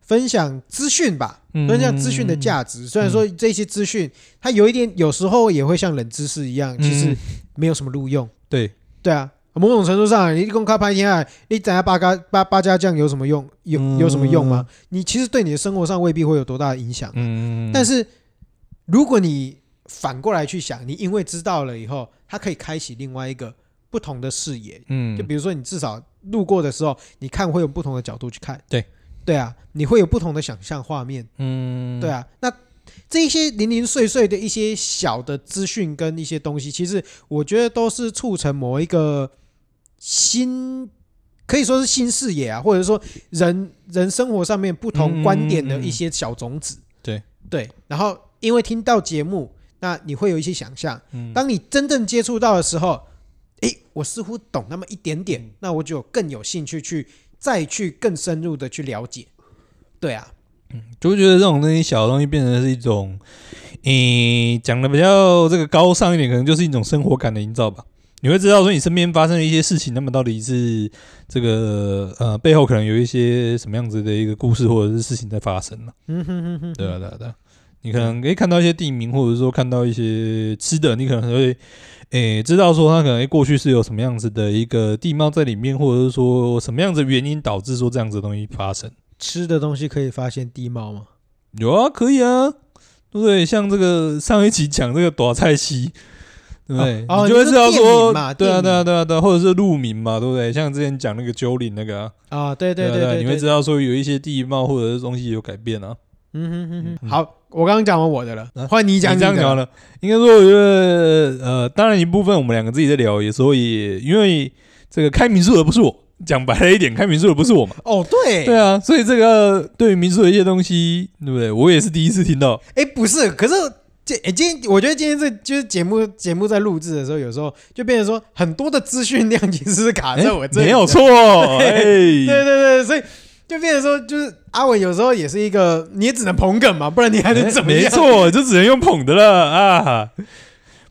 分享资讯吧，嗯分享资讯的价值。虽然说这些资讯它有一点，有时候也会像冷知识一样，嗯其实没有什么录用。对对啊。某种程度上，你公开拍天啊，你等下八嘎八八家酱有什么用？有嗯有什么用吗？你其实对你的生活上未必会有多大的影响。嗯，但是是如果你反过来去想，你因为知道了以后，它可以开启另外一个不同的视野。嗯就比如说，你至少路过的时候，你看会有不同的角度去看。对，对啊，你会有不同的想象画面。嗯对啊，那这一些零零碎碎的一些小的资讯跟一些东西，其实我觉得都是促成某一个新，可以说是新视野啊，或者说人人生活上面不同观点的一些小种子。嗯对对，然后因为听到节目，那你会有一些想象。嗯当你真正接触到的时候，诶，我似乎懂那么一点嗯点，那我就有更有兴趣去再去更深入的去了解。对啊，就会觉得这种东西小的东西变成是一种，诶、讲的比较这个高尚一点，可能就是一种生活感的营造吧。你会知道说你身边发生的一些事情，那么到底是这个呃背后可能有一些什么样子的一个故事或者是事情在发生呢、嗯哼哼哼，对啊，对啊，对啊。你可能可以看到一些地名，或者说看到一些吃的，你可能会诶、知道说它可能诶过去是有什么样子的一个地貌在里面，或者是说什么样子的原因导致说这样子的东西发生。吃的东西可以发现地貌吗？有啊，可以啊，对不对？像这个上一期讲这个躲菜西，对不对？哦哦你就会知道你说店说名嘛，对啊，店名对啊，对啊，对啊，或者是路名嘛，对不对？像之前讲那个九岭那个、啊，啊，对对对啊对啊对，你会知道。道说有一些地貌或者是东西有改变啊。嗯哼哼哼，嗯好，我刚刚讲完我的了啊，换 你讲这样你的讲了。了，应该说我觉得呃，当然一部分我们两个自己在聊，有时候也因为这个开民宿的不是我，讲白了一点，开民宿的不是我嘛。哦，对，对啊，啊，所以这个对于民宿的一些东西，对不对？我也是第一次听到。哎，不是，可是这哎今天我觉得今天这就是节目节目在录制的时候，有时候就变成说很多的资讯量其实是卡在我这里，哎没有。错，哎， 对对对，所以就变成说，就是阿文有时候也是一个，你也只能捧梗嘛，不然你还能哎怎么没样？错，就只能用捧的了啊。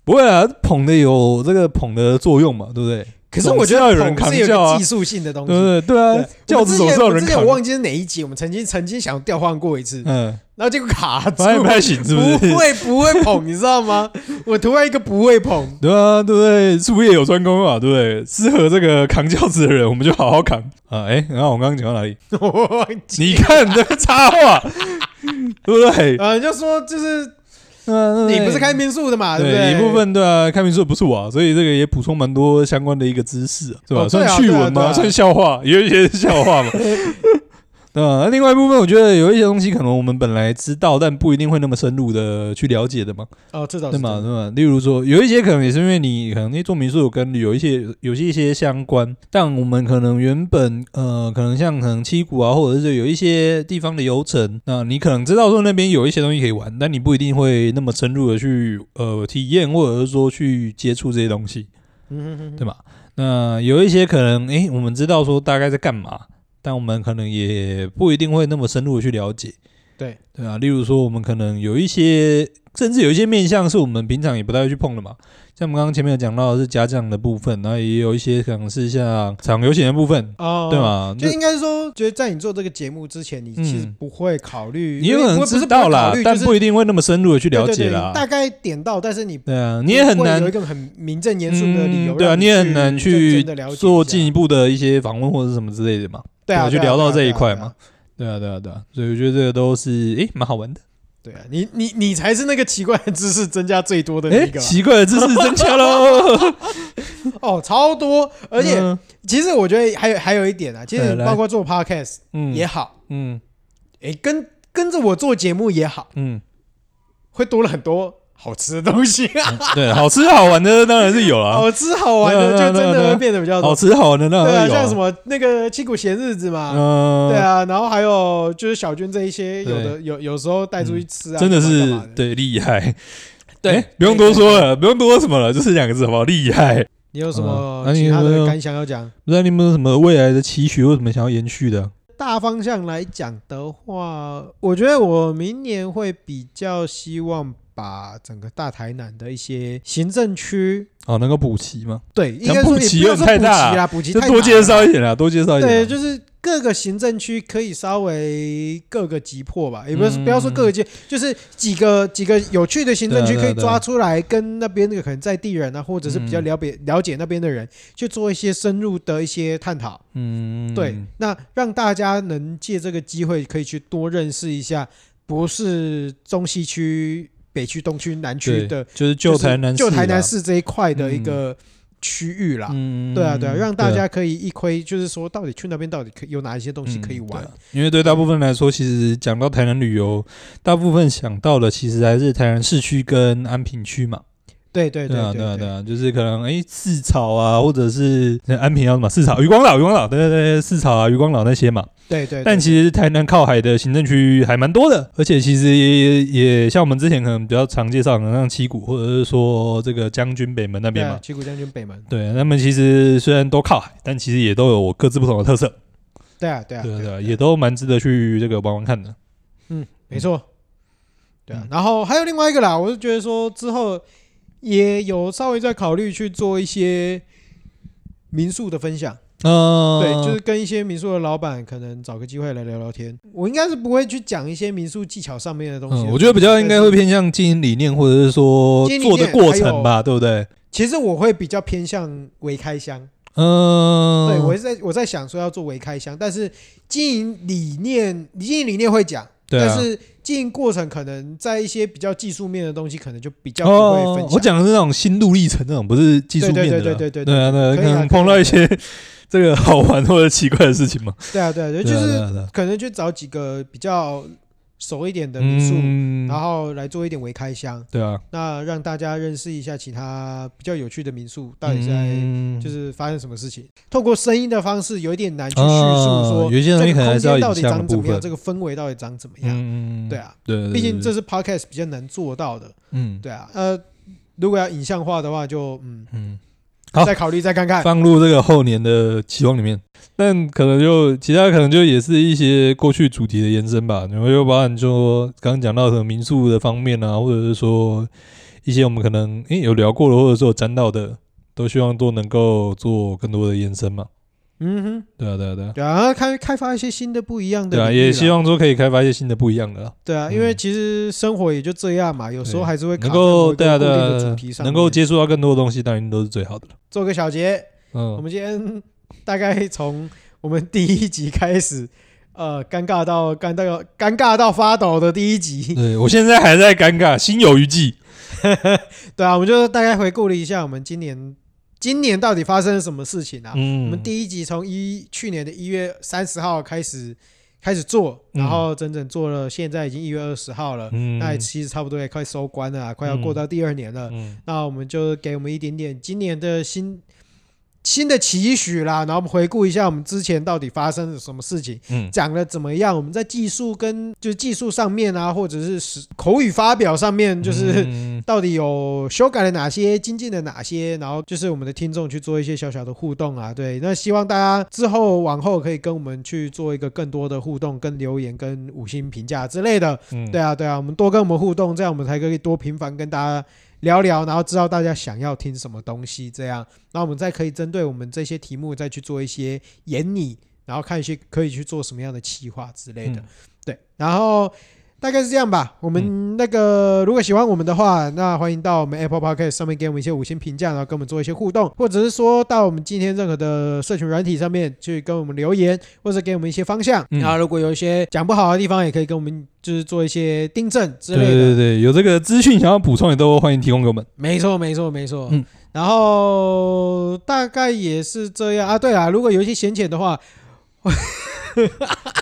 不会啊，捧的有这个捧的作用嘛，对不对？可是我觉得总是要有人扛是有轿个啊技术性的东对西。对对啊，我轿之子前总是要我有人之前扛我。忘记是哪一集，我们曾经曾经想调换过一次，嗯，然后结果卡住把，你拍醒是不是？不会不会捧，你知道 吗？我突然一个不会捧，对啊，对不对？术业有专攻啊，对不对？适合这个扛轿子的人，我们就好好扛啊。哎，然 后我刚刚讲到哪里？我忘记。你看你这个 插话，对不对？呃，就说就是嗯，啊你不是开民宿的嘛，不对？对一部分对啊，开民宿的不是我啊，所以这个也补充蛮多相关的一个知识啊，对吧？哦对啊算趣闻对啊对吗？啊算笑话，有一些是笑话 嘛。对啊，那另外一部分，我觉得有一些东西可能我们本来知道，但不一定会那么深入的去了解的嘛，哦，这倒对是嘛，真的对嘛。例如说，有一些可能也是因为你可能因为做民宿有跟旅游一些有些一些相关，但我们可能原本呃，可能像可能七谷啊，或者是有一些地方的游程，那你可能知道说那边有一些东西可以玩，但你不一定会那么深入的去呃体验，或者是说去接触这些东西，嗯哼哼对吧？那有一些可能诶，我们知道说大概在干嘛，但我们可能也不一定会那么深入的去了解。对对啊，例如说我们可能有一些，甚至有一些面向是我们平常也不太会去碰的嘛。像我们刚刚前面有讲到的是家长的部分，然后也有一些可能是像场游险的部分，哦，对？嘛？就这应该是说，就是在你做这个节目之前，你其实嗯不会考虑，你有可能知不道会啦考，虑但就是不一定会那么深入的去了对对解对啦。大概点到，但是你对啊，你也很不会难有一个很名正言顺的理由让，嗯对啊，你也很难去去真正地了解一下做进一步的一些访问或者什么之类的嘛。对啊，我就对啊聊到对啊这一块对啊嘛。对啊，对啊，对啊，所以我觉得这个都是诶蛮好玩的。对啊，你你你才是那个奇怪的知识增加最多的诶，那个吧啊奇怪的知识增加喽，哦，超多！ 而且嗯其实我觉得还有还有一点啊，其实对来包括做 podcast 嗯也好，嗯诶，跟跟着我做节目也好， 嗯，会多了很多好吃的东西，啊对，好吃好玩的当然是有 啦，好吃好玩的对啊就对啊真对啊的会变得比较好多。吃好玩的当对然啊，是有啊。像什么那个七股闲日子嘛，嗯，对，啊，然后还有就是小娟这一些，有对嗯的有有时候带出去吃啊，真的干嘛是干嘛的。对厉害。 对诶不用多说了，不用多什么了，就是两个字好不好？厉 害。你有什么嗯那你其他有没的有感想要讲？不知道你们有什么未来的期许，或什么想要延续的？大方向来讲的话，我觉得我明年会比较希望把整个大台南的一些行政区，哦，能够补齐吗？对，应该讲说补也齐不要有说点补太大齐啦，了补齐就太多难介了绍一啊点啦，多介绍一点对，啦。就是各个行政区可以稍微各个击破吧，也不是嗯不要说各个击，就是几个几个有趣的行政区对啊可对以啊抓出来，跟那边那个可能在地人啊，或者是比较嗯了解了解那边的人，去做一些深入的一些探讨。嗯，对，那让大家能借这个机会，可以去多认识一下，不是中西区、北区、东区、南区对的，就是就旧是台南市啦，旧嗯台南市这一块的一个区域啦。嗯，嗯，对啊，对啊，让大对啊家可以一窥，就是说到底去那边到底可以有哪一些东西可以嗯玩对啊。因为对大部分来说，其实讲到台南旅游，大部分想到的其实还是台南市区跟安平区嘛。对对对啊，对啊，对对，啊，就是可能哎，四草啊，或者是呃安平要什么四草、渔光岛、渔光岛，对对对，四草啊、渔光岛那些嘛。对对。但其实台南靠海的行政区还蛮多的，而且其实也也像我们之前可能比较常介绍，可能像七股或者是说这个将军北门那对边啊嘛。旗鼓将军北门。对，啊他们其实虽然都靠海，但其实也都有各自不同的特色。对啊，对啊，对啊，对啊，啊也都蛮值得去这个玩玩看的。嗯，没错。对啊嗯，然后还有另外一个啦，我是觉得说之后也有稍微在考虑去做一些民宿的分享。嗯，对，就是跟一些民宿的老板可能找个机会来聊聊天。我应该是不会去讲一些民宿技巧上面的东西。啊嗯，我觉得比较应该会。偏向经营理念，或者是说经营理做念的过程吧，对不对？其实我会比较偏向微开箱，嗯，对我是在我在想说要做微开箱，但是经营理念，经营理念会讲，对啊但是经营过程可能在一些比较技术面的东西，可能就比较不会分哦享。，我讲的是那种心路历程那种，不是技术面的啦，对对对对对对对啊，对啊，可可以啊能碰到一些 这个好玩或者奇怪的事情嘛，对啊对啊，对啊就对啊对是啊对啊可能去找几个比较熟一点的民宿，嗯然，后来做一点微开箱，对啊，那让大家认识一下其他比较有趣的民宿到底是在。嗯就是发生什么事情，透过声音的方式有一点难去叙述啊说有一些东西这个可能空还是要间到影底像的长怎部么样，分这，个氛围到底长怎么样。嗯，对，啊，对对，毕竟对这，是 podcast 比较难做到的。嗯对啊，呃，如果要影像化的话，就嗯，嗯，好再考虑再看看。放入这个后年的期望里面。但可能就其他可能就也是一些过去主题的延伸吧，然后又包含说刚刚讲到的民宿的方面啊，或者是说一些我们可能诶有聊过的，或者说有沾到的都希望都能够做更多的延伸嘛。嗯哼，对啊，对啊，对啊，对啊，开开发一些新的不一样的领对域啦，啊，也希望说可以开发一些新的不一样的啦，对啊，因为其实生活也就这样嘛，有时候还是会卡能在够某一个对啊，固对定啊的主对题啊，上面能够接触到更多的东西，当然都是最好的了。做个小结。我嗯，们今天大概从我们第一集开始， 呃，尴尬到尴尬到尴尬到发抖的第一集， 对我现在还在尴尬，心有余悸。对啊，我们就大概回顾了一下我们今年今年到底发生了什么事情啊？嗯，我们第一集从一去年的一月三十号开始开始做，嗯然后整整做了，现在已经一月二十号了，嗯，那其实差不多也快收官了啊，快要过到第二年了。嗯那我们就给我们一点点今年的新新的期许啦，然后我们回顾一下我们之前到底发生了什么事情，嗯讲了怎么样，我们在技术跟就是技术上面啊，或者是实口语发表上面，就是。 嗯到底有修改了哪些，精进了哪些，然后就是我们的听众去做一些小小的互动啊，对，那希望大家之后往后可以跟我们去做一个更多的互动，跟留言、跟五星评价之类的，嗯对啊，对啊，我们多跟我们互动，这样我们才可以多频繁跟大家聊聊，然后知道大家想要听什么东西，这样，那我们再可以针对我们这些题目再去做一些演拟，然后看一些可以去做什么样的企划之类的，嗯对，然后。大概是这样吧。我们那个如果喜欢我们的话，那欢迎到我们 Apple Podcast 上面给我们一些五星评价，然后跟我们做一些互动，或者是说到我们今天任何的社群软体上面去跟我们留言，或者给我们一些方向。嗯然后如果有一些讲不好的地方，也可以跟我们就是做一些订正之对类的。对对，有这个资讯想要补充，也都欢迎提供给我们。没错，没错，没错。嗯然后大概也是这样啊。对啊，如果有一些闲钱的话，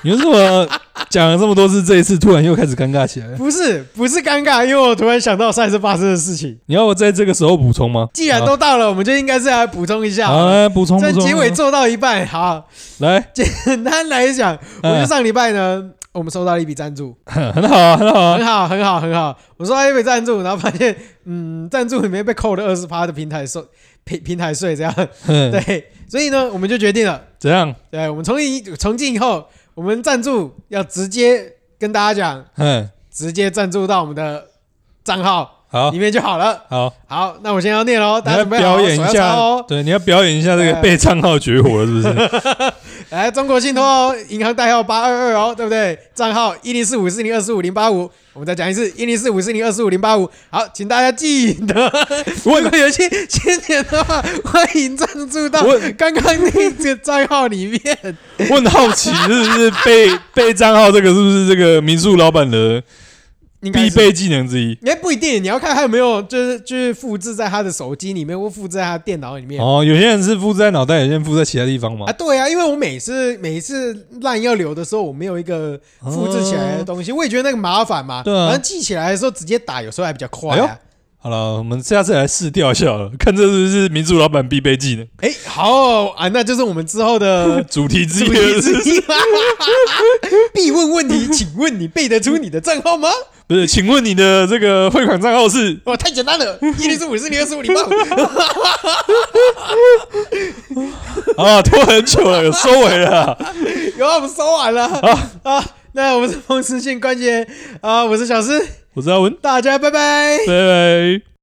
你为什么 讲了这么多次，这一次突然又开始尴尬起来了？不是不是尴尬，因为我突然想到上一次发生的事情。你要我在这个时候补充吗？既然都到了，我们就应该是来补充一下。好，来补充在补充，结尾做到一半，好， 来，嗯简单来讲，哎我就上礼拜呢，我们收到了一笔赞助，很好啊，很好啊很，好，很好，很好。我收到一笔赞助，然后发现，嗯，赞助里面被扣了二十趴的平台税，平平台税这样。嗯，对，所以呢，我们就决定了，怎样？对，我们从以从今以后，我们赞助要直接跟大家讲，嗯，直接赞助到我们的账号好里面就好了。好，好，那我先要念喽，你大家要准备好表哦演一手要下抄哦。对，你要表演一下这个哎被账号绝活了，是不是？ 来，中国信托哦，银行代号八二二哦，对不对？账号一零四五四零二四五零八五。我们再讲一次，一零四五四零二四五零八五。好，请大家记得， 如果有些新年的话，欢迎赞助到我刚刚那个账号里面。我很好奇，是不是被被账号这个是不是这个民宿老板的应该必是备技能之一？应该不一定，你要看他有没有就是就是复制在他的手机里面或复制在他的电脑里面、哦，有些人是附在脑袋，有些人附在其他地方嘛啊。。对啊，因为我每次每一次烂要流的时候，我没有一个复制起来的东西，我也觉得那个麻烦嘛。哦对啊哎然后记起来的时候直接打，有时候还比较快、啊。好了，我们下次来试调一下好了， 看这是不是民宿老板必备技能哎、好哦、啊，那就是我们之后的 主题之主一题了。是不之是一。必问问题，请问你背得出你的账号吗？不是，请问你的这个汇款账号是？哇，太简单了，一零四五四零二四五零八五。啊，拖很久了，有收尾了啊。有啊，我们收完了啊。那我们是风湿性关节啊，我是小诗，我是阿文，大家拜拜。拜拜。